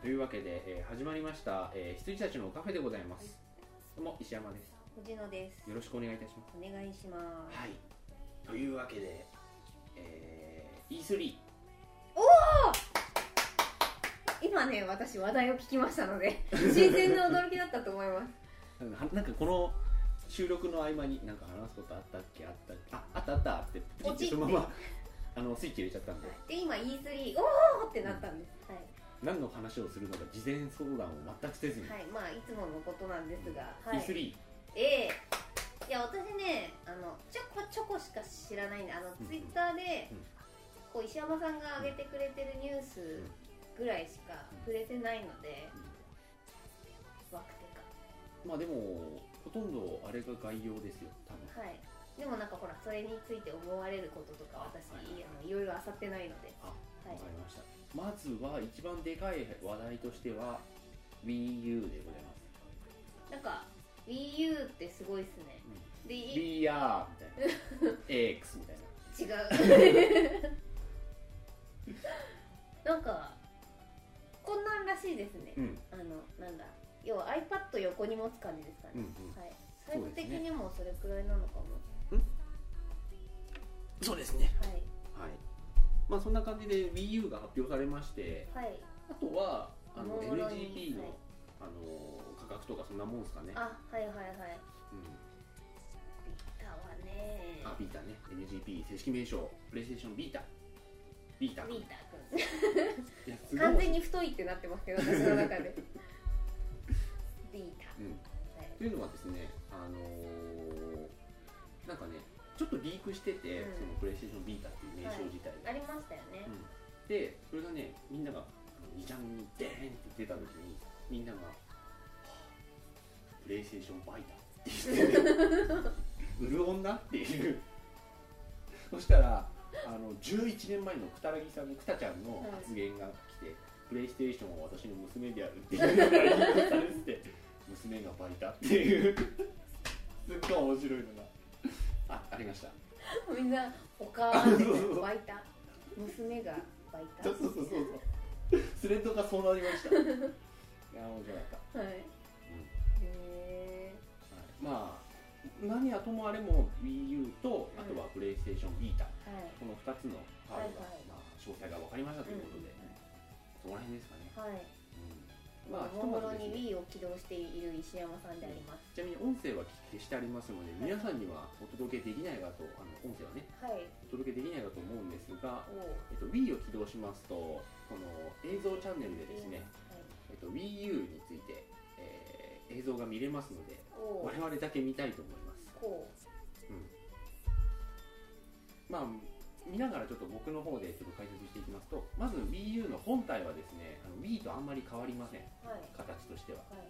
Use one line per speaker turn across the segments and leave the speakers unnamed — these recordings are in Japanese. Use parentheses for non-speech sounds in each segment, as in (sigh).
というわけで、えー始まりました、えー羊たちのカフェでございますどうも石山です
藤野です
よろしくお願いいたします
お願いします
はいというわけで、えー、E3
今ね私話題を聞きましたの
(laughs)
で新鮮な驚きだったと思います
なんかなんかこの収録の合間になんか話すことあったっけあったっけああったあったってプチってそのままあのスイッチ入れちゃったんで
で今 E3 おおってなったんです、
何の話をするのか事前相談を全くせずに、
はい、はい、まあいつものことなんですが、はい、
E3
ええいや私ねあのちょこちょこしか知らないんであの
うん
ツイッターで、
うん
こう石山さんが上げてくれてるニュースぐらいしか触れてないので、枠とか
まあでもほとんどあれが概要ですよ多分
はい、でもなんかほらそれについて思われることとか私、
はいいはい
あのいろいろ漁ってないので
あ、
はい
わかりましたまずは一番でかい話題としては WiiU でございます、
なんか WiiU ってすごいっすねでい
VR み
(laughs)
たいな AX みたいな
違う
(laughs)
なんかこんなんらしいですね、
うん
あのなんだ要は iPad 横に持つ感じですかね、
うんうん
はいサイ
そう
ズ
ですね
的にもそれくらいなのかも、
そうですね
はい
はいまあそんな感じで WiiU が発表されまして
はい
あとはあの
おもむろに
NGP の、
はい
あの価格とかそんなもんですかね
あはいはいはい
うん、
ビタはね
あビータね NGP 正式名称プレイステーションビータビータ
ビータくん
いやすごい
完全に太いってなってますけど私の中でビータ
うん
はい
というのはですね、あのーなんかね、ちょっとリークしてて、
うん
そのプレイステーションビータっていう名称自体が、
ありましたよね (laughs)
う、んで、それがね、みんなが、あの二ちゃんにデーンって出た時に、みんなが、はぁプレイステーションバイタって言って、売る女っていう。そしたら、あの11年前のくたらぎさんのくたちゃんの発言が来て、プレイステーションは私の娘であるっていうのが引用されてて娘がバイタっていうすっごい面白いのがあありました
みんなおかーって湧いた娘が湧い
そうそうそうそうそうスレッドがそうなりましたいや面白かった、は
たはいへえ
い、まあ何はともあれも WiiU とあとはプレイステーションビータ、
は
この2つのパートが、
はいはい
まあ、詳細が分かりましたということで、そこら辺ですかね、
いはい
うん、まあ
まあ
ひ
も
と
も
ま
ろ
ずです
に
ね
Wii を起動している石山さんであります、
ちなみに音声は消してありますので、皆さんにはお届けできないかと、あの音声はね、
はい
お届けできないかと思うんですが、
おう
えっと、Wii を起動しますと、この映像チャンネルでですね、えっと、WiiU について、えー映像が見れますので、
はい、おう
我々だけ見たいと思います。
こ
まあ見ながらちょっと僕の方でちょっと解説していきますと、まず WiiU の本体はですね、あの Wii とあんまり変わりません、
うはい
形としては。
はい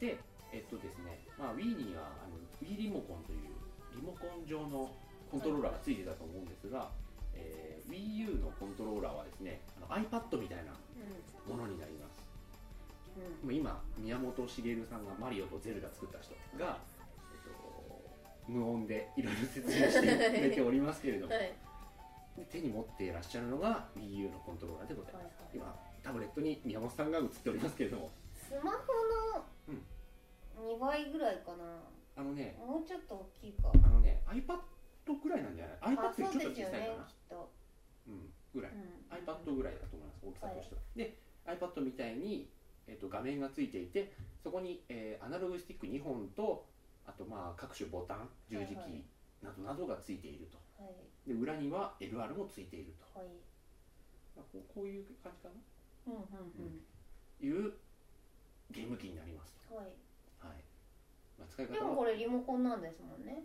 で、えっとですね、まあ、Wii にはあの Wii リモコンというリモコン上のコントローラーがついてたと思うんですが、えー WiiU のコントローラーはですねあの iPad みたいな
う
ものになります
んうん
もう今宮本茂さんがマリオとゼルダ作った人が、えっと、無音でいろいろ説明してくれておりますけれども
はい
手に持っていらっしゃるのが WiiU のコントローラーでございます
はいはい
今タブレットに宮本さんが映っておりますけれども
スマホの2倍ぐらいかな、
あのね
もうちょっと大きいか
あのね iPad くらいなんじゃない iPad
あ
よ
そう
りちょっ
です
と小
よ
さいか
ね
な
きっと、
うんぐらい、
うん、
iPad ぐらいだと思います大きさとしては、で iPad みたいに、えっと画面がついていてそこに、えーアナログスティック2本とあとまあ各種ボタン十字キー
はいはい
などなどがついていると
はい
で裏には LR もついていると
はい
まあこうこういう感じかな
うんうん
いうゲーム機になります
うんはい
とはい、まあ、使い
で
方
も
は
これリモコンなんですもんね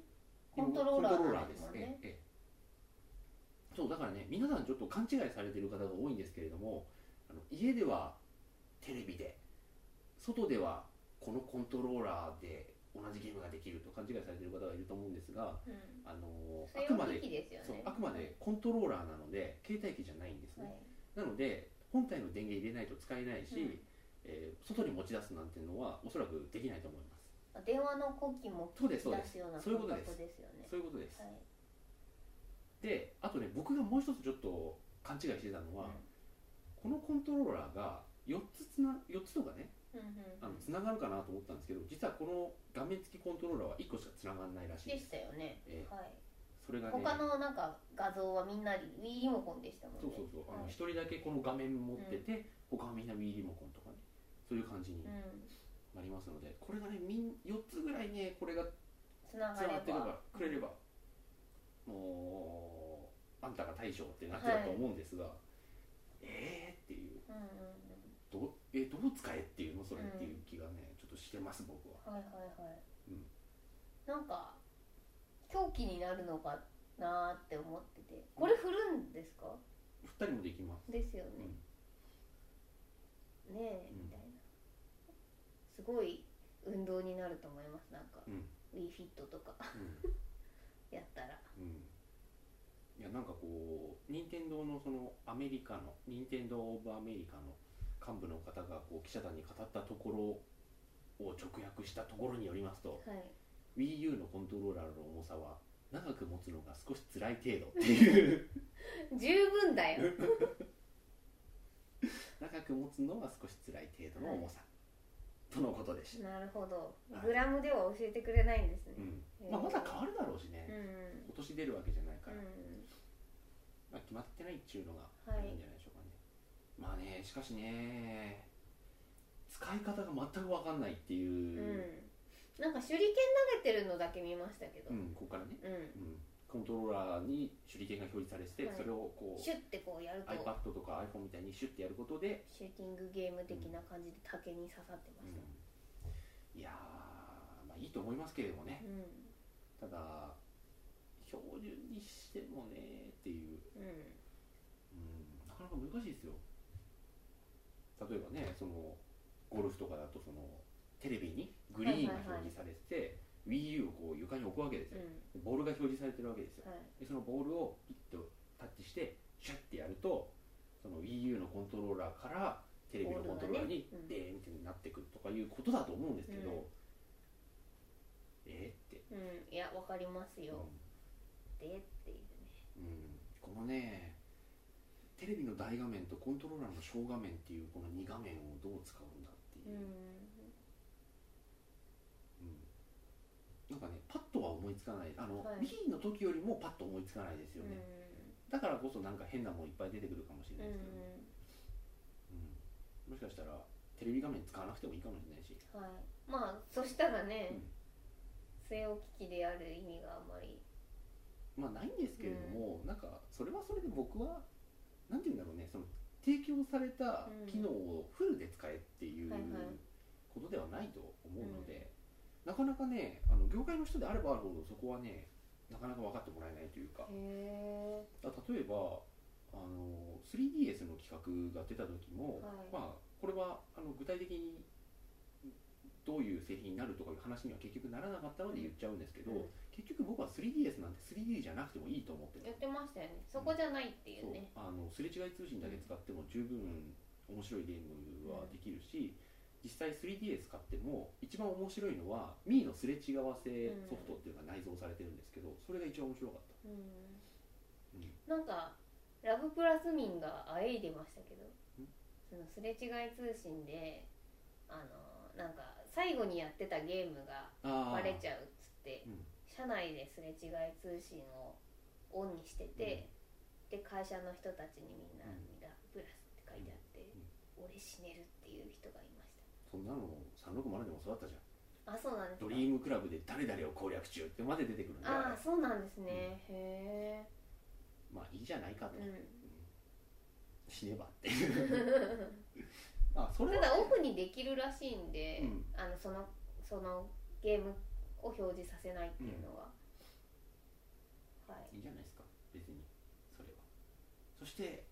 コントローラ
コント
ーなんで
ですす
もん
え
ね
えええそうだからね皆さんちょっと勘違いされてる方が多いんですけれどもあの家ではテレビで外ではこのコントローラーで同じゲームができると勘違いされてる方がいると思うんですが、
うん
あの
それ
あくま
は
で
機器ですよ
そう
ね
あくまでコントローラーなので携帯機じゃないんですね、
はい
なので本体の電源入れないと使えないし、
うん
えー外に持ち出すなんてのはおそらくできないと思います
あ電話の呼気も
そうですそうで
出
す
すような
そういうこ
感
と
覚で
です
すよね
そういうことです、
はい
であとね僕がもう一つちょっと勘違いしてたのは、このコントローラーが4つつな4つとかね
うんうん
あのつながるかなと思ったんですけど実はこの画面付きコントローラーは1個しかつながらないらしい
で
で
し
す、
たよね、
え
はい
それがね
他のなんか画像はみんな Wii リモコンでしたもんね
そうそうそうあの
はい
1人だけこの画面持ってて、他はみんな Wii リモコンとかねそういう感じに
うん
なりますのでこれがねみん4つぐらいねこれが
つな
つ
がれ
ながってれ
ば
ばくれればもうあんたが大将ってなってたと思うんですが、えーっていう
うんうん
どうえどう使えっていうのそれっていう気がねちょっとしてます僕は
うんはいはいはい、
うん
なんか狂気になるのかなーって思っててこれ振るんですか
2人もできます、
ですよね
う、ん
ねえ、
うん
みたいなすごい運動になると思いますなんか
うん
WeFit とか (laughs) やったら
うんうんいやなんかこう任天堂のそのアメリカの任天堂オブアメリカの幹部の方がこう記者団に語ったところを直訳したところによりますと
はい
WiiU のコントローラーの重さは長く持つのが少し辛い程度っていう
十分だよ
長く持つのは少し辛い程度の重さ、とのことでした、
なるほど
はい
グラムでは教えてくれないんです
う
ね、
んまあ、まだ変わるだろうし
うん
ね、
うん
今年出るわけじゃないか
う
ら、
ん
まあ、決まってないっちゅうの
は
が
い
いいんじゃないでしょうかね、まあねしかしね使い方が全く分かんないっていうう、
んなんか手裏剣投げてるのだけ見ましたけど
うんここからね、
うん
うん、コントローラーに手裏剣が表示されてて、
はい
それをこ
シ
う
ュッてこうやると
iPad とか iPhone みたいにシュッてやることで、
シューティングゲーム的な感じで竹に刺さってました
いやーまあいいと思いますけれどもね
うん
ただ標準にしてもねっていう、
うん
うん、なかなか難しいですよ例えばねそのゴルフとかだとそのテレビにグリーンが表示されてて、WiiU をこう床に置くわけです
う
よ、
ん
ボールが表示されてるわけですよ
はい
でそのボールをピッとタッチしてシュッてやるとその WiiU のコントローラーからテレビのコントローラーに
ボールがねうん
デーンってなってくるとかいうことだと思うんですけど、
うん
えーって、
うんいやわかります
う
よ
ん
でっていうね
うんこのねテレビの大画面とコントローラーの小画面っていうこの2画面をどう使うんだっていうう、
ん
うんなんかねパッとは思いつかないあの、
はい
Wii の時よりもパッと思いつかないですよね、だからこそなんか変なもんいっぱい出てくるかもしれ
う
ない
ん
ですけど、うんもしかしたらテレビ画面使わなくてもいいかもしれないし、
うんはいまあそしたらね
うん
据え置き機でやる意味があんまり
まあないんですけれども、なんかそれはそれで僕はなんて言うんだろうねその提供された機能をフルで使えっていう
はいはい
ことではないと思うので、なかなかねあの業界の人であればあるほどそこはねなかなか分かってもらえないというか
へえ
だから例えばあの 3DS の企画が出た時も、
はい
まあこれはあの具体的にどういう製品になるとかいう話には結局ならなかったので言っちゃうんですけど、
うん
結局僕は 3DS なんて 3D じゃなくてもいいと思って
や
る
ってましたよねそこじゃないってい
そ
う
う
ね
あのすれ違い通信だけ使っても十分面白いゲームはできるし、実際 3DS 買っても一番面白いのは Mii のすれ違わせソフトっていうのが内蔵されてるんですけどそれが一番面白かっ
う
た、
んな
うん
んかラブプラス民があえいでましたけど
ん
そのすれ違い通信であのなんか最後にやってたゲームが
あ
バレ
ゃ
ちゃうっつって
うん
社内ですれ違い通信をオンにしてて、で会社の人たちにみんな
うん
「ラブプラス」って書いてあって「俺死ねる」っていう人がいまし
そんなの360でもそうだったじゃ
た
ん
あそうなんです
ド
か
リームクラブで誰々を攻略中ってまで出てくるんで
ああそうなんですね、へ
まあいいじゃないかと、
え、うん、
死ねばって (laughs) あそれ
た
は
だオフにできるらしいんで、
うん
あのそのそのゲームを表示させないっていうのは、はい
いいじゃないですか別にそれはそして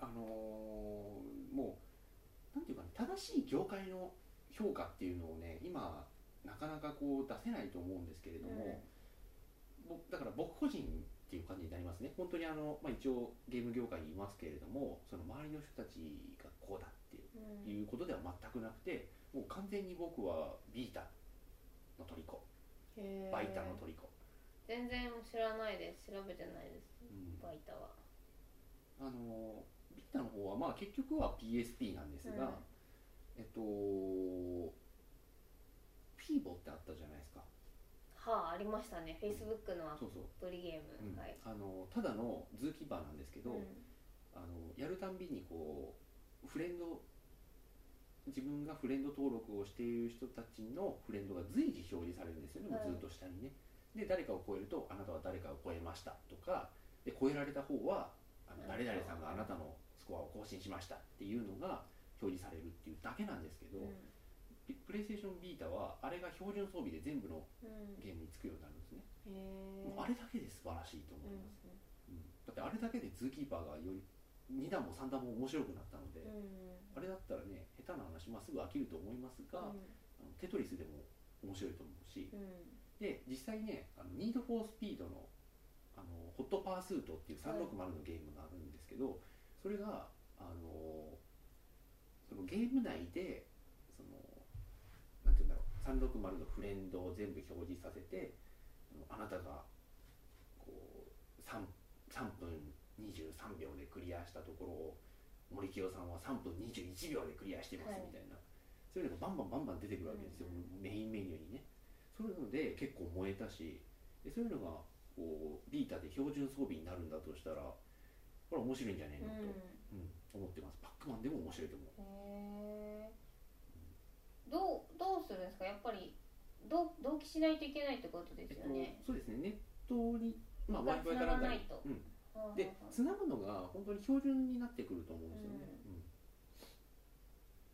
あのーもうなんていうかね正しい業界の評価っていうのをね今なかなかこう出せないと思うんですけれども、僕だから僕個人っていう感じになりますね本当にあの、まあ、一応ゲーム業界にいますけれどもその周りの人たちがこうだっていう
うん
いうことでは全くなくてもう完全に僕はビータの虜
へえ
バイタの虜、
全然知らないです調べてないです
うん
バイタは
あのービッタの方はまあ結局は PSP なんですが、
うん
えっとピーボってあったじゃないですか
はあありましたね Facebook のア
そうそう、
プリゲー
うん
ム、はい
あのただのズーキーパーなんですけど、
うん
あのやるたんびにこうフレンド自分がフレンド登録をしている人たちのフレンドが随時表示されるんですよね、
はい
ずっと下にねで誰かを超えると「あなたは誰かを超えました」とかで超えられた方はあの「
はい
誰々さんがあなたのスコアを更新しました」っていうのが表示されるっていうだけなんですけど、
うん
ププレイステーションビータはあれが標準装備で全部
う
の
ん
ゲームにつくようになるんですね、
へえ
もうあれだけで素晴らしいと思います、うんだってあれだけでズーキーパーがより2段も3段も面白くなったので、
うん
あれだったらね下手な話、まあ、すぐ飽きると思いますが、
うん
あのテトリスでも面白いと思うし、
うん
で実際ねあのニード・フォー・スピードのあのホット・パースートっていう360のゲームがあるんですけど、それがあのそのゲーム内でそのなんて言うんだろう360のフレンドを全部表示させてあのあなたがこう 3, 3分23秒でクリアしたところを森清さんは3分21秒でクリアしてます
はい
みたいな、そういうのがバンバンバンバン出てくるわけですよ、メインメニューにね。そういうので結構燃えたしでそういうのがこうビータで標準装備になるんだとしたらこれ面白いんじゃねえ
うん
のと、うん思ってますパックマンでも面白いと思う
へえどうどうするんですかやっぱりどう同期しないといけないってことで
えっ
す
と
よね、
そうですねネットに、まあ、
他
w i
に繋
f i だ
が
なんだ
ない
り
と
うん、
はあはあ
で
はあ
つなぐのが本当に標準になってくると思うんですよね、うん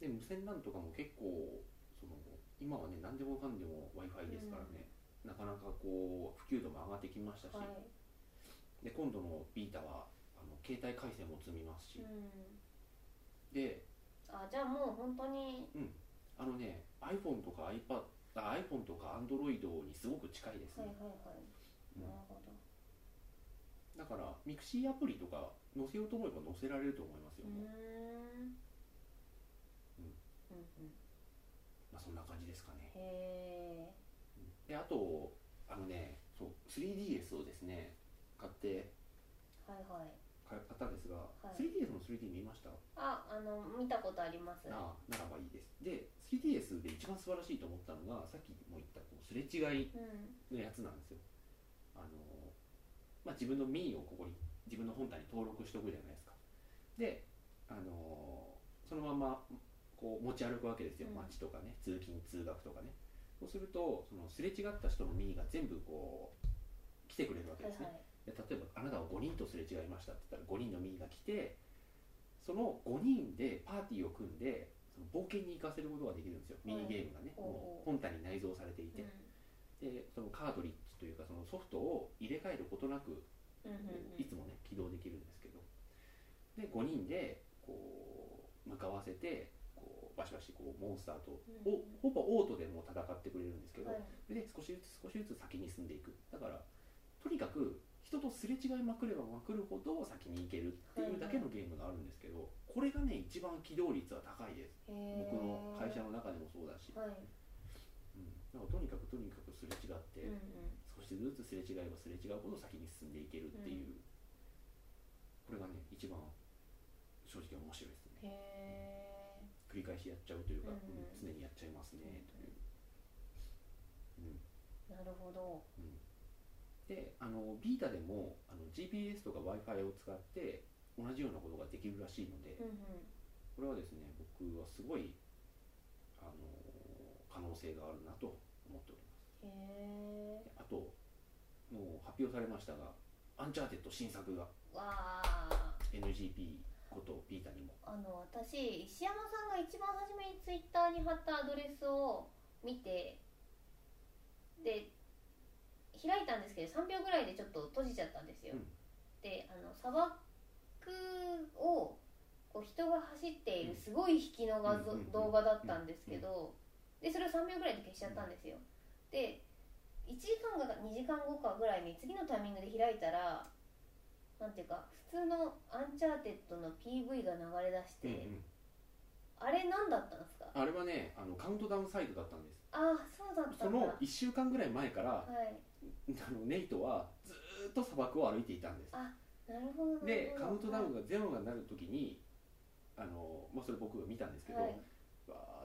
で無線 LAN とかも結構その今はね何でもかんでも w i f i ですからね、なかなかこう普及度も上がってきましたし、
はい
で今度のビータはあの携帯回線も積みますし、
うん
で
あじゃあもう本当に
あのね iPhone とか iPad あ iPhone とか Android にすごく近いです
はい
ね、
はいはいなるほど
だからミクシーアプリとか載せようと思えば載せられると思いますよ、
うーん
うん
うんうん
まあ、そんな感じですかね
へ
であとあのねそう 3DS をですね買って
えはいはい
買買ったんですが、
い
3DS の 3D 見ました
ああの見たことあります
なあならばいいですで 3DS で一番素晴らしいと思ったのがさっきも言ったこうすれ違い
うん
のやつなんですよあの、まあ、自分のミーをここに自分の本体に登録しておくじゃないですかであのそのままこう持ち歩くわけですよ
うん
街とかね通勤通学とかねそうするとそのすれ違った人のミーが全部こう来てくれるわけ
はい
ですね、
はい
で例えばあなたは5人とすれ違いましたって言ったら5人のミーが来てその5人でパーティーを組んでその冒険に行かせることができるんですよ、ミニゲームがね
おう
もう本体に内蔵されていて、でそのカートリッジというかそのソフトを入れ替えることなく、
うんうんうんうん
いつもね起動できるんですけどで5人でこう向かわせてこうバシバシこうモンスターと、
うん
おほぼオートでもう戦ってくれるんですけど、
はい
で少しずつ少しずつ先に進んでいくだからとにかく人とすれ違いまくればまくるほど先に行けるっていうだけのゲームがあるんですけど、これがね一番起動率は高いです
へえ
僕の会社の中でもそうだし、
はい
うん、だからとにかくとにかくすれ違って、
うんうん
少しずつすれ違えばすれ違うほど先に進んでいけるっていう、これがね一番正直面白いですね
へえ
繰り返しやっちゃうという
う
か、
ん
うん常にやっちゃいますねという、うん、
なるほど
であのビータでもあの GPS とか w i f i を使って同じようなことができるらしいので、
うんうん
これはですね僕はすごいあの可能性があるなと思っており
へえ
ますあともう発表されましたが「アンチャーテッド」新作が
わあ
NGP ことビータにも
あの私石山さんが一番初めにツイッターに貼ったアドレスを見てで開いたんですけど3秒ぐらいでちょっと閉じちゃったんですよ、
うん
であの砂漠をこう人が走っているすごい引きの画像、
うんうんうん
動画だったんですけど、でそれを3秒ぐらいで消しちゃったんですよ、で1時間か2時間後かぐらいに次のタイミングで開いたらなんていうか普通の「アンチャーテッド」の PV が流れ出して、あれ何だったんですか
あれはねあのカウントダウンサイトだったんです
ああそうだった
そ
んだ
の
は
1週間ぐらい前から
い
あのネイトはずーっと砂漠を歩いていたんです
あなるほどなるほど
でカウントダウンがゼロがなるときにあの、まあ、それ僕が見たんですけど、
はい
わ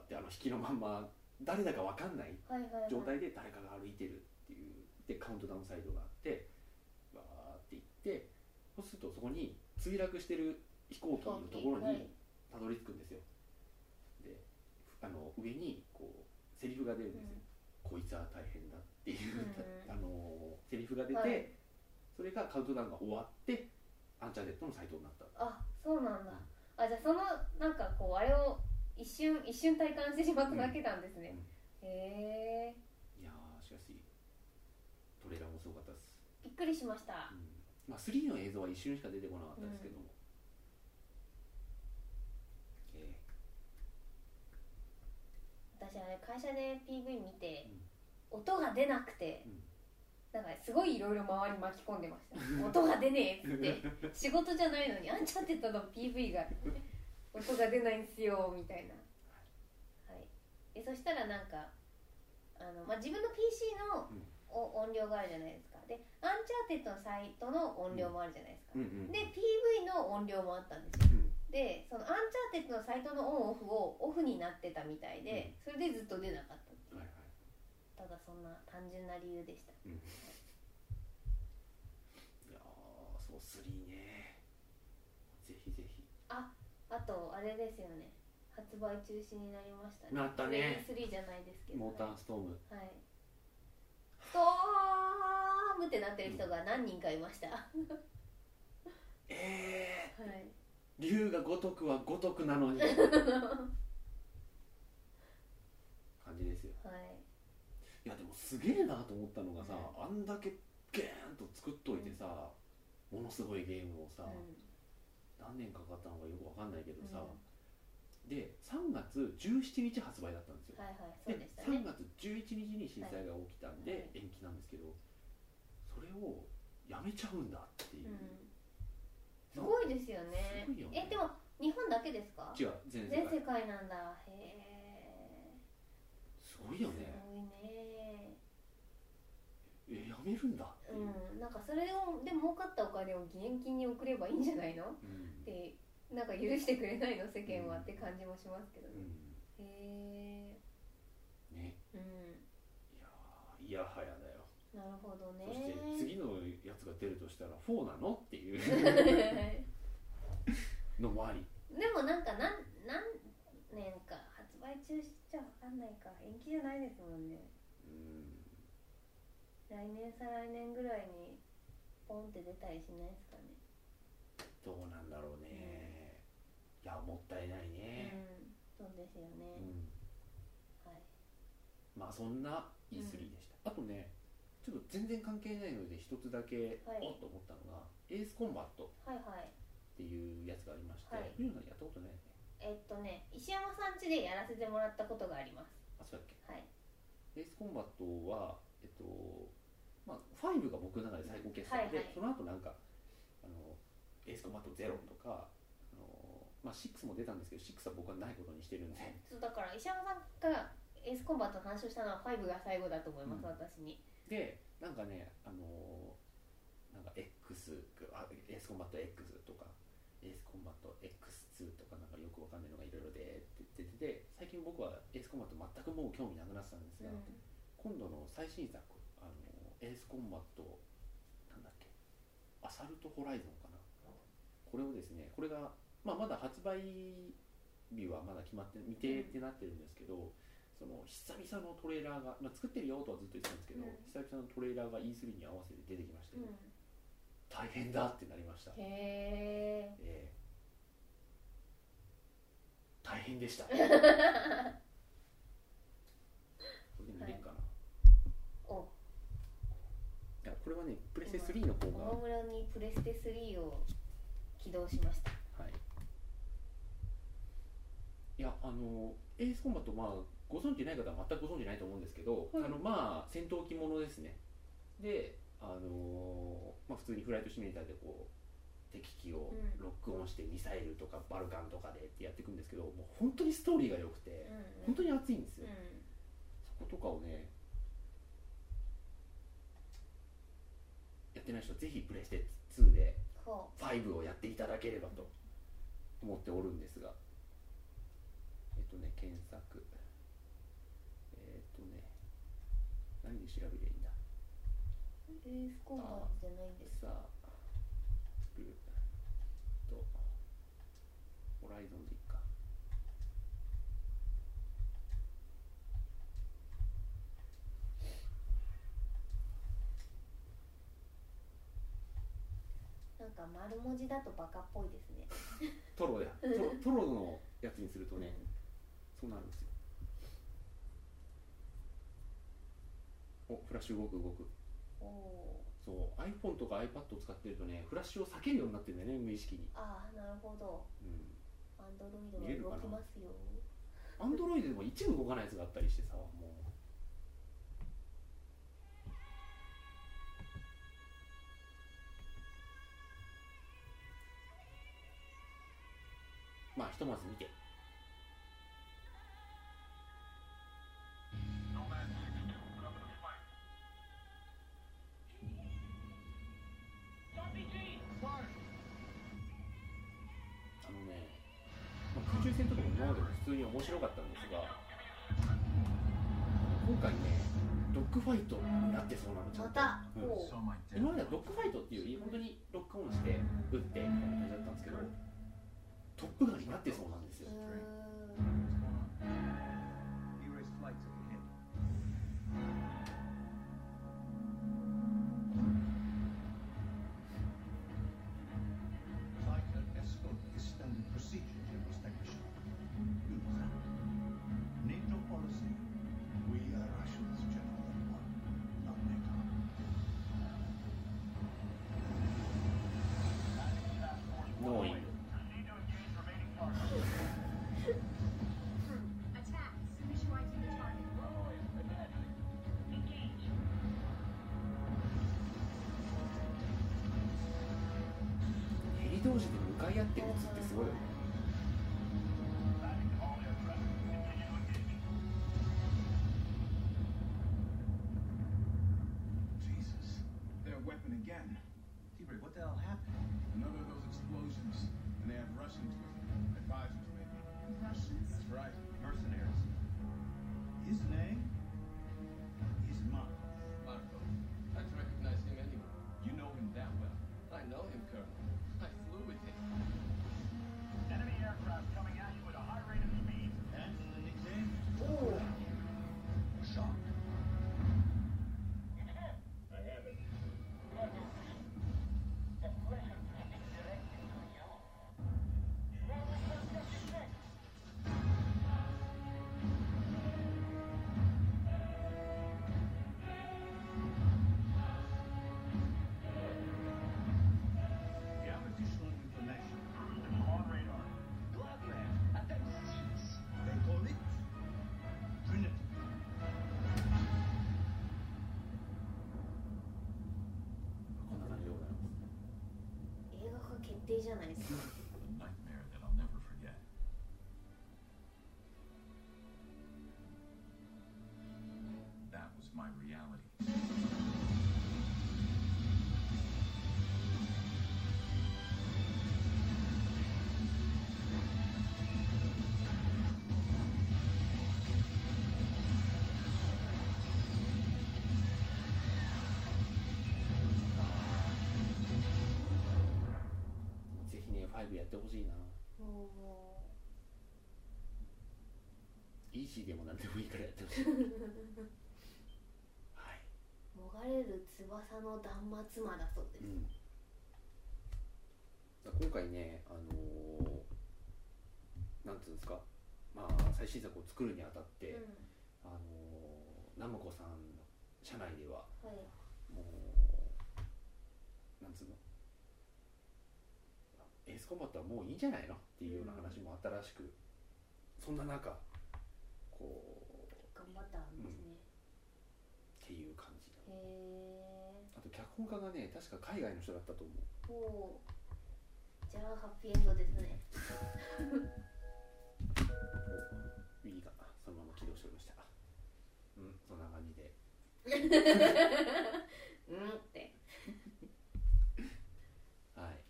ーってあの引きのまんま誰だかわかんない
はいはいはい
状態で誰かが歩いてるっていうでカウントダウンサイドがあってわーって行ってそうするとそこに墜落してる飛行機のところ
はい
にたどり着くんですよであの上にこうセリフが出るんですよ、こいつは大変だっていう、
うん
(laughs) あのセリフが出て、
はい
それがカウントダウンが終わってアンチャーネットのサイトになった
あそうなんだあじゃあそのなんかこうあれを一瞬一瞬体感してしまっただけなんですね、へえ
いやーしかしトレーラーもすごかったです、
びっくりしました
うんまあ、3の映像は一瞬しか出てこなかったですけども、え
私あれ会社で PV 見て
うん、
音が出なくて、
うん
なんかすごいいろいろ周り巻き込んでま
(laughs)
した音が出ねえっつって仕事じゃないのにあんちゃんってたの PV が音が出ないんすよみたいな、はい、でそしたらなんかあの、まあ、自分の PC の
うん
お音量があるじゃないですかでアンチャーテッドのサイトの音量もあるじゃないですか、
うんうん
で PV の音量もあったんですよ
うん
でそのアンチャーテッドのサイトのオンオフをオフになってたみたいで、それでずっと出なかったっていう
はいはい
ただそんな単純な理由でした
いやーそう3ねぜひぜひ
あとあれですよね発売中止になりましたね
なったね
3じゃないですけど
モーターストーム
はいストームってなってる人が何人かいま
(laughs)
した、は
え
い
ー、竜が如くは如くな
(laughs)
のに感じですよ
はい
いやでもすげえなと思ったのがさ、
う
あんだけゲーンと作っといてさ、ものすごいゲームをさ、
う
何年かかったのかよくわかんないけど
ん、
さ
うん、
で3月17日発売だったんですよ、
はいはいそうでした
3
ね
月11日に震災が起きたん
は
で、
い
延期なんですけどそれをやめちゃうんだっていうう、
んすごいですよね
すごいよね
えでも日本だけですか
違う全
全
世界
世界なんだへえ
すごいよ
す
ね
ごいね
えやめるんだっていう、
うんなんかそれをで儲かったお金を義援金に送ればいいんじゃないの
うん
ってなんか許してくれないの世間は
うん
って感じもしますけどね、へ
うんね
えうん
いやーいやはやだよ
なるほどね
そして次のやつが出るとしたら4なのっていう
(laughs)
のもあり
でもなんか何何年か発売中止じゃわかんないか延期じゃないですもんね
うん
来年再来年ぐらいにポンって出たりしないですかね
どうなんだろうね、いやもったいないね、
うんそうですよ
う
ね、
ん
はい
まあそんな E3 でした、あとねちょっと全然関係ないので一つだけ
はい
おっと思ったのが、エースコンバット
はいはい
っていうやつがありまして、
はい
藤野さんやったことないよね
えっとね石山さん家でやらせてもらったことがあります
あそうだっけ
はい
エースコンバットはえっとまあ5が僕の中で最高傑作で、
はいはい
その後なんかあのエースコンバットゼロとかあのまあ6も出たんですけど6は僕はないことにしてるんで
そうだから石山さんがエースコンバットの話をしたのは5が最後だと思います、
うん
私に
でなんかねあのーなんか X あエースコンバット X とかエースコンバット X2 とかなんかよくわかんないのがいろいろでって言ってて最近僕はエースコンバット全くもう興味なくなってたんです
うん
が、今度の最新作あのーエースコンバットなんだっけアサルトホライゾンかなこれをですねこれが、まあ、まだ発売日はまだ決まって未定ってなってるんですけど、その久々のトレーラーが、まあ、作ってるよとはずっと言ってたんですけど、
うん
久々のトレーラーが E3 に合わせて出てきまして、
う
大変だってなりました、
ん、へえ
ええ大変でした
(laughs)
これで見れるかな、
お
いやこれはねプレステ3の方
おも
が
むろにプレステ3を起動しました
はいいやあのエースコンバットまあご存知ない方は全くご存知ないと思うんですけど、
はい
あのまあ戦闘機ものですねであのまあ、普通にフライトシミュレーターでこう敵機を
うん
ロックオンしてミサイルとかバルカンとかでってやっていくんですけどもう本当にストーリーが良くて
うん
本当に熱いんです
うん
よ、そことかをねやってない人はぜひプレステ2で
こ
5をやっていただければと思っておるんですがえっとね検索えっとね何で調べりゃいいんだ
エースコンバーツじゃないんです
さあルとホライゾンでいいか
なんか丸文字だとバカっぽいですね
トロやトロトロのやつにするとねそうなるんですよおフラッシュ動く動く
おお
そう iPhone とか iPad を使ってるとねフラッシュを避けるようになってるんだよね無意識に
ーああなるほど
うん
アンドロ
見れ
イ
る
ド
か
は
な
動きますよ
アンドロイドでも一部動かないやつがあったりしてさもうまあひとまず見てあのね、まあ、空中戦とかも今までも普通に面白かったんですが今回ねドッグファイトになってそうなのちゃ
ま
んと
た、
うん
おう
今まではロックファイトっていう本当にロックオンして打ってみたいな感じだったんですけどトップガンになってそうなんです
う
よ
ーん
ノーイングヘリ同士で向かい合って打つってすごいよね
Marco, I'd recognize him anywhere. You know him that well. I know him, Colonel. I flew with him.
Enemy aircraft coming at you at a high rate of speed. That's the nickname?
おう
Shock. I have it. The pleasure is directed to you. Well, we must get you fixed. You have additional information. On radar. Glad Attack seats. They call it Trinity.
こんな感じでございます
映画化決定じゃないです (laughs) か
nightmare that I'll never forget.
ぜひね5やってほしいな
おお
イージーでもなんでもいいからやってほしいはい
もがれる翼の断末魔だそうです、
うん、今回ね、あのーなんていうんですか、まあ、最新作を作るにあたって、
う
あのーナムコさんの社内では
ん、はい
もうなんつうのエースコンバットはもういいんじゃないのっていうような話もあったらしくそんな中こう
頑張ったんですね、
っていう感じの
へえ
あと脚本家がね確か海外の人だったと思
お
う
うじゃあハッピーエンドですね
お Wii がそのまま起動しておりましたうんそんな感じで
うんって
はい
はい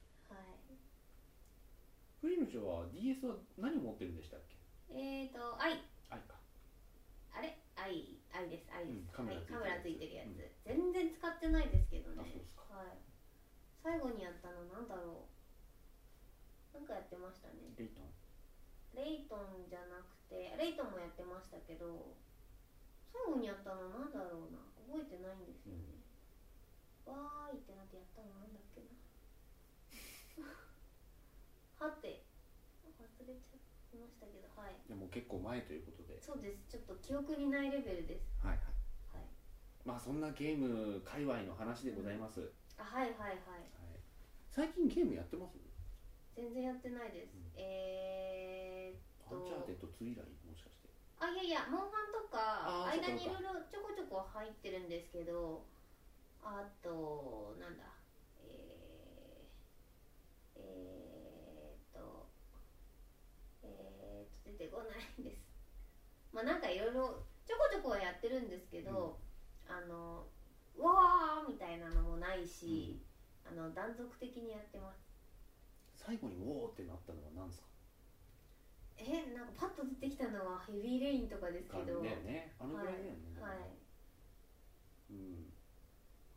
えーと愛
あいか
あれ愛愛です愛です、
うん
はい
カ
カメ
メラ
ラ
つ
つい
いて
て
る
る
や
や
つ
つ、全然使ってないですけどね
あそうですか
はい最後にやったのなんだろうなんかやってましたね
レイトン
レイトンじゃなくてレイトンもやってましたけど最後にやったのなんだろうな覚えてないんですよね、わーいってなってやったのなんだっけな (laughs) はて忘れちゃいましたけどはい
でも結構前ということで
そうですちょっと記憶にないレベルです
はいはい
はい
まあそんなゲーム界隈の話でございます、はい、
あはいはいはい
最近ゲームやってます
全然やってないです、
うん
えー、
アンチャーテッド2以来もしかして
あいやいやモンハンとか
あーそっか
間にいろいろちょこちょこ入ってるんですけどあとなんだえー、えー、っとえー、っと出てこないですまあなんかいろいろちょこちょこはやってるんですけど、あのうわーみたいなのもないし、あの断続的にやってます
最後に「おお!」ってなったのは何ですか
えなんかパッと出てきたのはヘビーレインとかですけ
感じだ
ど
よねあのぐらいだよね、
はい、はい
うん、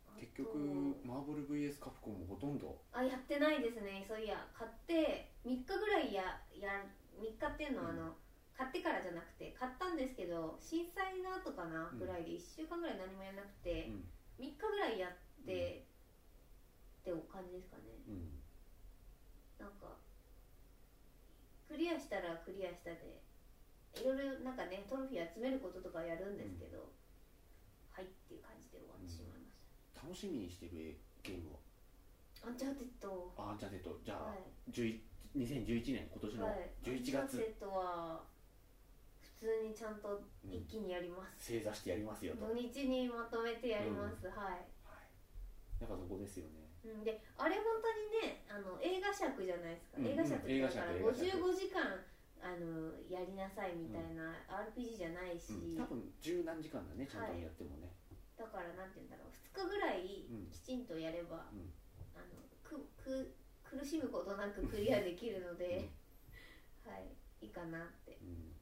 あと
結局マーブル VS カプコンもほとんど
あやってないですねそういや買って3日ぐらいやや3日っていうのはあの、買ってからじゃなくて買ったんですけど震災の後かな
うん
ぐらいで1週間ぐらい何もやらなく
う
て、
ん、
3日ぐらいやって、って感じですかね
うん、
なんかクリアしたらクリアしたでいろいろなんかねトロフィー集めることとかやるんですけど、はいっていう感じで終わってしまいまし
楽しみにしてるゲームを
た、アンチャーテッド
あアンチャーテッドじゃあ、
はい
11 2011年今年の
はい、
11
アンチャー
月、
テッドは普通にちゃんと一気にやります、
正座してやりますよと、はい、
土日にまとめてやります、はい、
やっぱそこですよね
うん、であれ本当にねあの映画尺じゃないですか、
う
映
ん
画尺ってだから
映画尺
55時
映画尺
間あのやりなさいみたいな RPG じゃないし、
うん、多分十何時間だねちゃんとやってもね、
だからなんて言うんだろう2日ぐらい
うん
きちんとやれば、
うん
あのくく苦しむことなくクリアできるので、 (laughs) はいいいかなって
うん、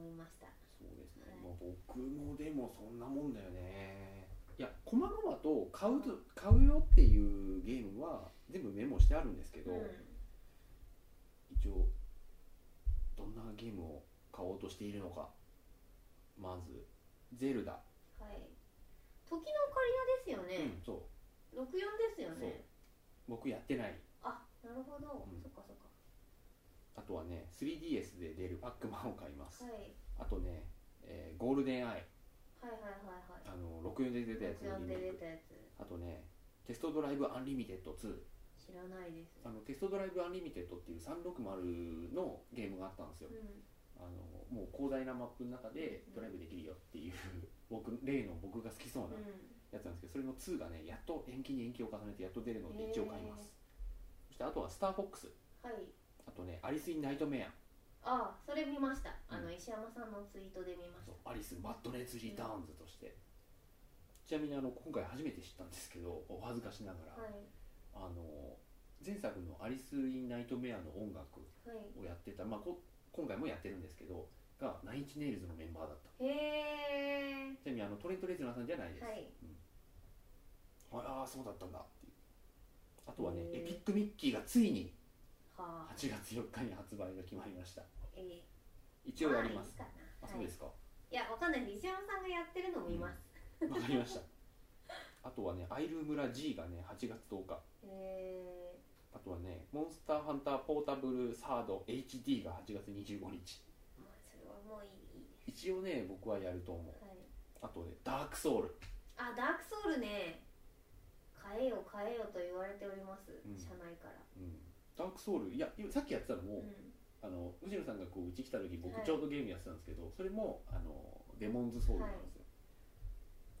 思いました
そうですね、
はい
まあ、僕もでもそんなもんだよねいや細々と買うと買うよっていうゲームは全部メモしてあるんですけど、
うん
一応どんなゲームを買おうとしているのかまず「ゼルダ」
はい。時のオカリナですよ
う
ね。
ん、そう
六、4四、ですよね。
僕やってない
あ、なるほど。
うん
そっかそっか。
あとはね 3DS で出るパックマンを買います、
はい。
あとね、えーゴールデンアイ
はいはいはい
あの64で出た
はい。
やつのリメ
で
イ
出
ク
たやつ。
あとねテストドライブアンリミテッド2
知らないです。
あのテストドライブアンリミテッドっていう360のゲームがあったんですよ
うん。
あのもう広大なマップの中でドライブできるよっていう (laughs) 僕例の僕が好きそうな
うん。
やつなんですけどそれの2がねやっと延期に延期を重ねてやっと出るので一応買います、
へー
そしてあとはスターフォックス
はい。
あとねアリス・イン・ナイトメア
あ、それ見ました。あの、
うん
石山さんのツイートで見まし
そ
た。
うアリス・マッドネス・リターンズとして、ちなみにあの今回初めて知ったんですけどお恥ずかしながら、
はい。
あの前作の「アリス・イン・ナイトメア」の音楽
はい。
をやってた、まあ、こ今回もやってるんですけどがナインチネイルズのメンバーだった
へー。
ちなみにあのトレント・レズナーさんじゃないです、
はい。
ああそうだったんだっていうあとはね
へ
エ
ー
ピックミッキーがついに
はあ。
8月4日に発売が決まりました
えー、
一応やります
あいいか
あ
な
そう
はい
で、すか
いや、わかんないんで、石山さんがやってるのも見ます。
わかりましたあとはねアイル村 G がね8月10日
へ
あとはねモンスターハンターポータブルサード HD が8月25日
ー。まあ、それはもういいいいで
一応ね僕はやると思う
す。はい。
あとねダークソウル
あダークソウルね買えよ買えよと言われております、
ん
社内から、
うんダークソウルいやさっきやってたの
う
も、
ん、
あの藤野さんがこううち来た時僕
はい
ちょうどゲームやってたんですけど、それもあのデモンズソウルなんですよ、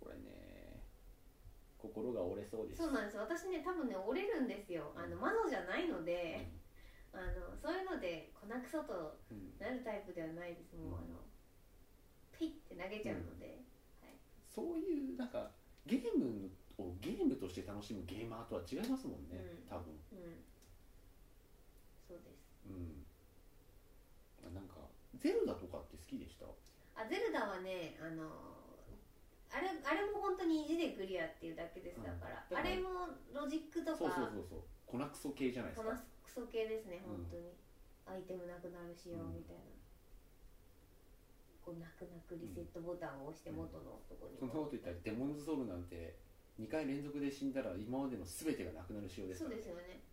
これね心が折れそうです
そうなんです私ね多分ね折れるんですよあの魔女じゃないので、あのそういうので粉くそと
うんうん
なるタイプではないですもう、
うん
あのピッて投げちゃうので、
そういうなんかゲームをゲームとして楽しむゲーマーとは違いますもんね、
うん
多分
うんそうです
うんゼルダとかって好きでした
あゼルダはねあのあれあれも本当に意地でクリアっていうだけですだから、
うん
あれもロジックとか
そうそうそうそう粉クソ系じゃないで
こ
す
な
か
すクソ系ですね
うん
本当に、アイテムなくなるしよ
うん
みたいな、こう泣く泣くリセットボタンを押して元のとこに、
そんなこと言ったらデモンズソウルなんて2回連続で死んだら今までの全てがなくなる仕様で
そ
す
う
から
ですよね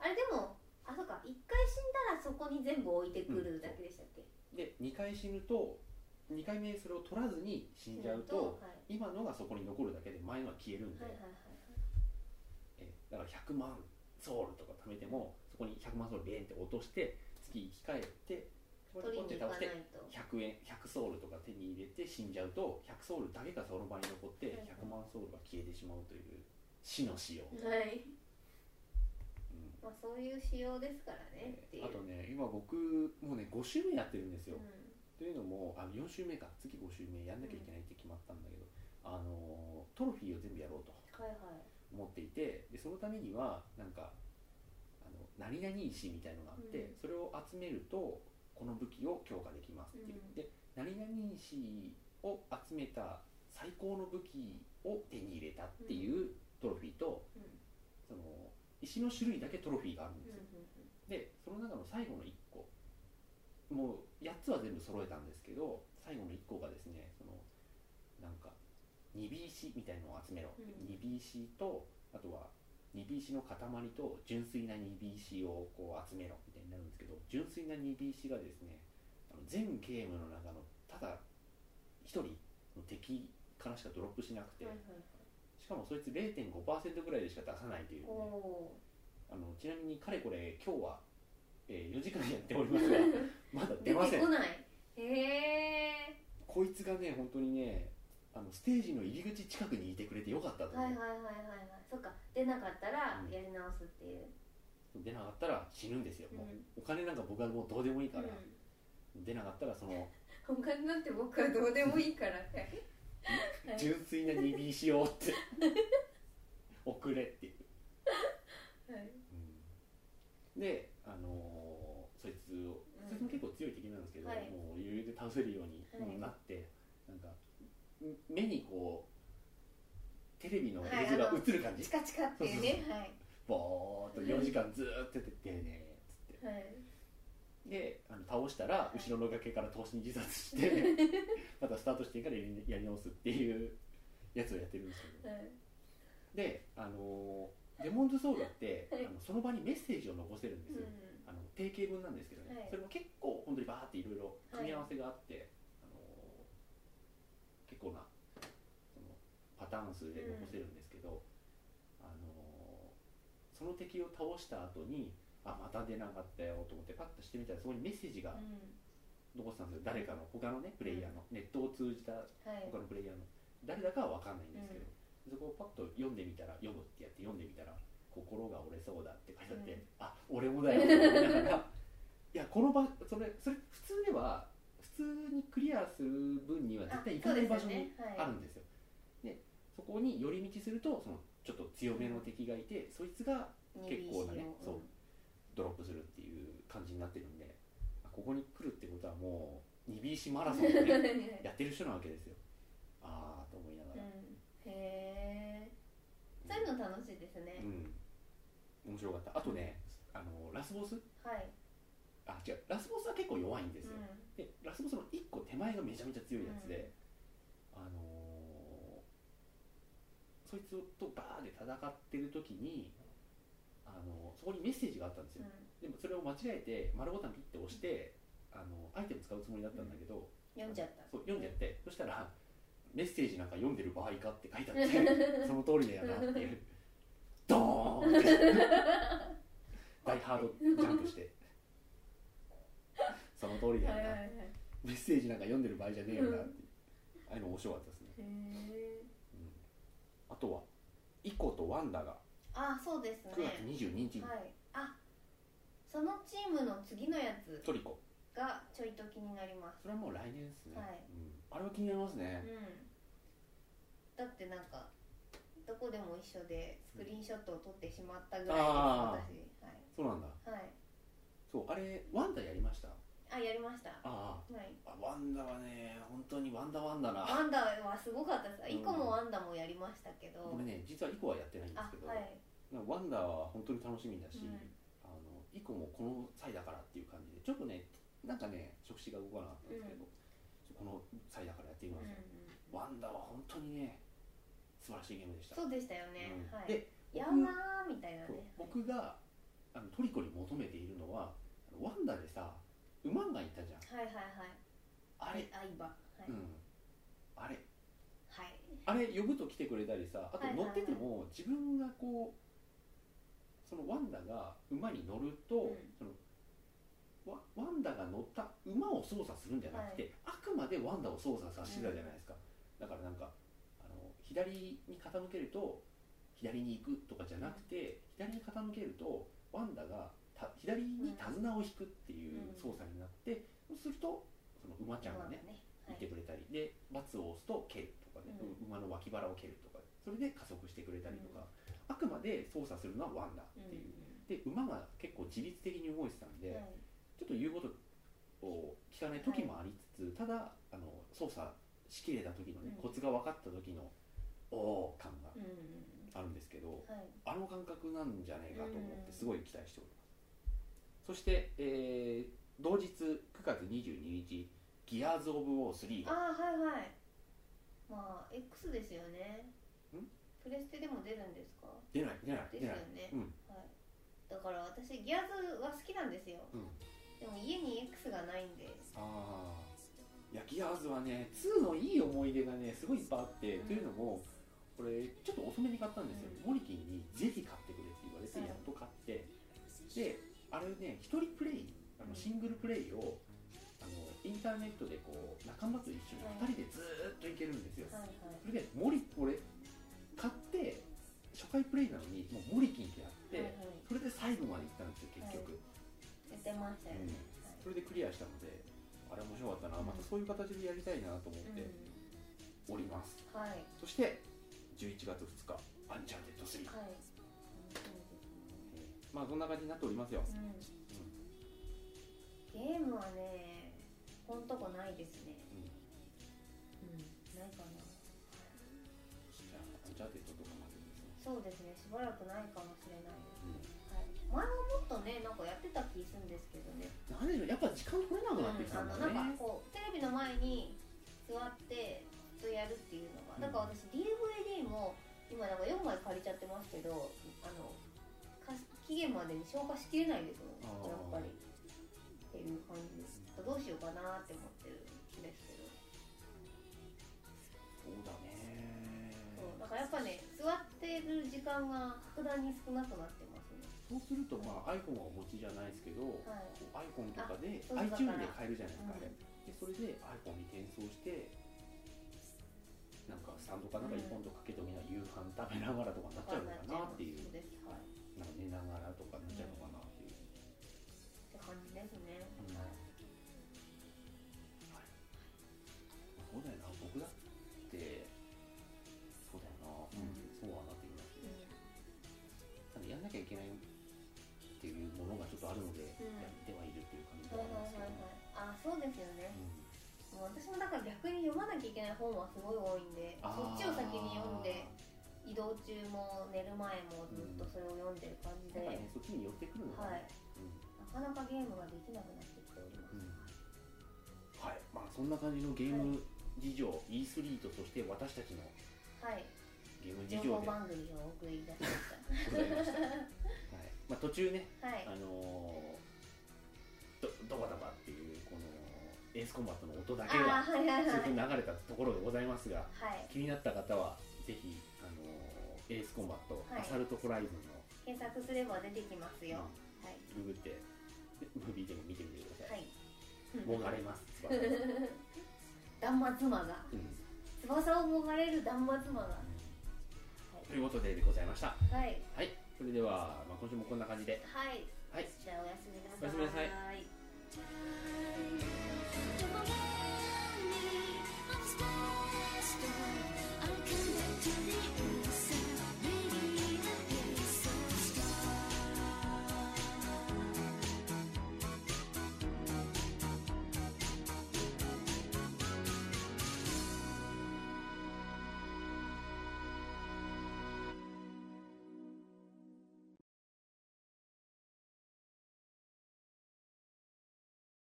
あれでもあそうか1回死んだらそこに全部置いてくるだけでしたっけ、
で2回死ぬと2回目それを取らずに死んじゃうと
はい
今のがそこに残るだけで前のは消えるんで、
はいはいはい
えだから100万ソウルとか貯めてもそこに100万ソウルベーンって落として月生き返ってこ
取りに行か
倒
な
し
い
て
と
100円100ソウルとか手に入れて死んじゃうと100ソウルだけがその場に残って
はい
100万ソウルが消えてしまうという死の仕様、
はい
うん
まあそういう仕様ですからねっていう
あとね今僕もうね5週目やってるんですよ、
う
というのもあ4週目か次5週目やんなきゃいけないって決まったんだけど、あのートロフィーを全部やろうと
ん、はいはい
思っていてでそのためにはなんかあの何々石みたいのがあっ
う
て、
ん
それを集めるとこの武器を強化できますっていう、
うん
で何々石を集めた最高の武器を手に入れたっていうトロフィーと、
うんうん
その石の種類だけトロフィーがあるんで
う
すよ、
ん
でその中の最後の1個もう8つは全部揃えたんですけど最後の1個がですねそのなんか 2BC みたいのを集めろ、
うん
2BC とあとは 2BC の塊と純粋な 2BC をこう集めろみたいになるんですけど純粋な 2BC がですねあの全ゲームの中のただ1人の敵からしかドロップしなくて、
はいはいはい
しかもそいつ0.5%ぐらいでしか出さないという、ね
お、お
あのちなみにかれこれ今日は、えー4時間やっており
(laughs)
ますがまだ
ー
出ませ
出
ん
てこないへえ
こいつがね本当にねあのステージの入り口近くにいてくれてよかったと思う、
はいはいはいはいはいそっか出なかったら
うん
やり直すっていう、
出なかったら死ぬんですよ、もう
うん
お金なんか僕はもうどうでもいいから、
う
出なかったらその
ん、他になって僕はどうでもいいからかいはい
純粋な 2B しようって
(laughs)
遅れっていう、
はい
うんであのーそいつをそいつも結構強い敵なんですけど、
はい
もう余裕で倒せるよう
はい
になって、なんかん目にこうテレビの
はい
映像
あ
が
の
映る感じ、
チカチカっていうねはい
ボーっと4時間ずーっとやっててねーっつって
はい
であの倒したら
い
後ろの崖から投身自殺して
(laughs)
またスタートしてからやりやり直すっていうやつをやってるんですけど
はい
であのーデモンズソウルって、
はい
あのその場にメッセージを残せるんです
う
よ、
ん
あの定型文なんですけどね、
はい
それも結構本当にバーっていろいろ組み合わせがあって、あのー結構なそのパターン数で残せるんですけど、あのーその敵を倒した後にあまた出なかったよと思ってパッとしてみたらそこにメッセージ
う
が残ってたんですよ、誰かの他のねプレイヤーの、ネットを通じた
んはい
他のプレイヤーの誰だかは分かんないんですけど、そこをパッと読んでみたら読むってやって読んでみたら「心が折れそうだ」って書いてあって
う
「
ん
あ俺もだよ」って思いながらいやこの場それそれ普通では普通にクリアする分には絶対行かない場所にあるんですよ。でそこに寄り道するとそのちょっと強めの敵がいて、そいつが結構なねそうドロップするっていう感じになってるんであここに来るってことはもう 2BC マ
(laughs)
ラソンで、ね、やってる人なわけですよああと思いながら、
へえそういうの楽しいですね
うん、面白かったあとねあのラスボス
はい
あ違うラスボスは結構弱いんです
う
よ、
ん
でラスボスの1個手前がめちゃめちゃ強いやつで、あのーそいつとバーで戦ってる時に、あのーそこにメッセージがあったんですよ、でもそれを間違えて丸ボタンピッて押して、あのアイテム使うつもりだったんだけど、
読んじゃった
そう読んじゃってそしたら「メッセージなんか読んでる場合か」って書いて
(laughs)
あってその通りだよなっていうドーンって大ハードジャンプしてその通りだよ
はい
な、
はいはいへ
メッセージなんか読んでる場合じゃねえよなっていうああいうの面白かったですね、
え
うんあとはイコとワンダが
あそうです
9月
ね
22日に
はいあそのチームの次のやつ
トリコ
がちょいと気になります
それはもう来年ですね、
はい
うんあれは気になりますね、
うんだってなんかどこでも一緒でスクリーンショットを撮ってしまったぐらい
あ
です私
そうなんだ
はい、はい、
そうあれワンダやりましたあ
あやりました
あ
ま
ワンダはね本当にワンダワンダな
ワンダはすごかったです
うん
イコもワンダもやりましたけど
僕ね実はイコはやってないんで
あ
すけど、
はい
なんかワンダは本当に楽しみだし、
うん
あのイコもこの際だからっていう感じでちょっとねなんかね触手が動かなかったんですけど、この際だからやってみ
うん
ま
うん
すよ、ワンダは本当にね素晴らしいゲームでした
そうでしたよね
うん
はい
で
や
僕
まーみたいなね
そう僕があのトリコに求めているのはあのワンダでさ馬がいたじゃん
はいはいはい
あれ、
相場はい
うんあれ
はい
あれ呼ぶと来てくれたりさあと
はいはいは
乗
い
ってても自分がこうそのワンダが馬に乗ると、
うん
そのワワンダが乗った馬を操作するんじゃなくて、あくまでワンダを操作させてたじゃないですか、だからなんかあの左に傾けると左に行くとかじゃなくて、左に傾けるとワンダがた左に手綱を引くっていう操作になって、そうするとその馬ちゃんがね
はい
行ってくれたり、でバツを押すと蹴るとかね、
う
馬の脇腹を蹴るとかそれで加速してくれたりとか、あくまで操作するのはワンダっていう、で馬が結構自律的に動いてたんで、
はい
ちょっと言うことを聞かない時もありつつ、ただあの操作しきれた時の
うん
ね、コツが分かった時のおー感が
うんうん
あるんですけど、
はい
あの感覚なんじゃないかと思って
うん
すごい期待しております、そして、えー同日9月22日「ギアーズ・オブ・オー3」が
ああはいはいまあ X ですよね
ん
プレステでも出るんですか
出ない出ない
です
出な
よ
い
ね、
うん
はい、だから私ギアーズは好きなんですよ、
うん
でも家に X がないんで
ああいやギアーズはね2のいい思い出がねすごいいっぱいあって、
うん
というのもこれちょっと遅めに買ったんですよ、
うん
モリキンにぜひ買ってくれって言われて
うん
やっと買って、であれね一人プレイあ
う
の
ん
シングルプレイをあのインターネットでこう仲間と一緒に2人でずーっといけるんですよ、
はいはい
それでモリ俺買って初回プレイなのにもうモリキンってやっ
は
て、
いはい
それで最後まで行ったんですよ結局、
出てましたよね、
それでクリアしたのであれ面白かったなまたそういう形でやりたいなと思っております、
はい、うん、はい
そして11月2日アンチャーテッド3、
はい
えーまあそんな感じになっておりますよ、
うんゲームはねこんとこないですね、
う
う
ん
ん、ないかな
じゃあアンチャーテッドとかまずですね、
そうですねしばらくないかもしれないです、
うん
はい、前はもっとねなんかやってた気するんですけどね
なんでしょうやっぱ時間取れなくなってきたんだ
うんあの
ね、
なんかこうテレビの前に座ってずっとやるっていうのが、だか
うん
ら私 DVD も今なんか4枚借りちゃってますけどあのか期限までに消化しきれないですもん
あー
やっぱりっていう感じですどうしようかなって思ってるんですけど、
そうだね
そうだからやっぱね座ってる時間が格段に少なくなってますね
そうするとまあ iPhone はお持ちじゃないですけど、
はい
こう iPhone とかで
あそうだから
iTune で買えるじゃないですか、
うん
あれでそれで iPhone に転送してなんかスタンドかなんか1本とかけておきながら夕飯食べながらとかになっちゃうのかなってい
そ
う
うですはいっ
なんか寝ながらとかになっちゃうのかなっていう、
て感じですね、
うん
はい
はいそうだよな僕だってそうだよなうんそうはなってきますねただやんなきゃいけないっていうものがちょっとあるので、
ん
やってはいるっていう感じで
はい
は
はいは
あ
いはいあ
りますけど、
そうですよね、
うん
もう私もだから逆に読まなきゃいけない本はすごい多いんでそっ
あー
ちを先に読んで移動中も寝る前もずっとそれを読んでる感じで、
やっぱねそっちに寄ってくるの
は
がね
いなかなかゲームができなくなってきております、
うんうんはいまあそんな感じのゲーム事情、E3 とそして私たちの
はい
ゲーム事
情
情で
報
ご
番組をお送りいたしまし
ざい
(laughs)
ました、はいまあ、途中ね (laughs)
たはい
あのー、どドバドバっていうこのエースコンバットの音だ
あ
けが
ーはいはいはい
すごく流れたところでございますが
はい
気になった方はぜひ、あのーエースコンバット、
はい
アサルトホライズンの
検索すれば出てきますよ、はい
ググってムービーでも見てみてくださ、
はいい
もがれます翼が、
(laughs) 断末魔が
うん
翼をもがれる断末魔が
ということででございました
はい
はいそれでは、まあ、今週もこんな感じで
はい
はい
じゃあおやすみなさい
おやすみなさ
い
Don't forget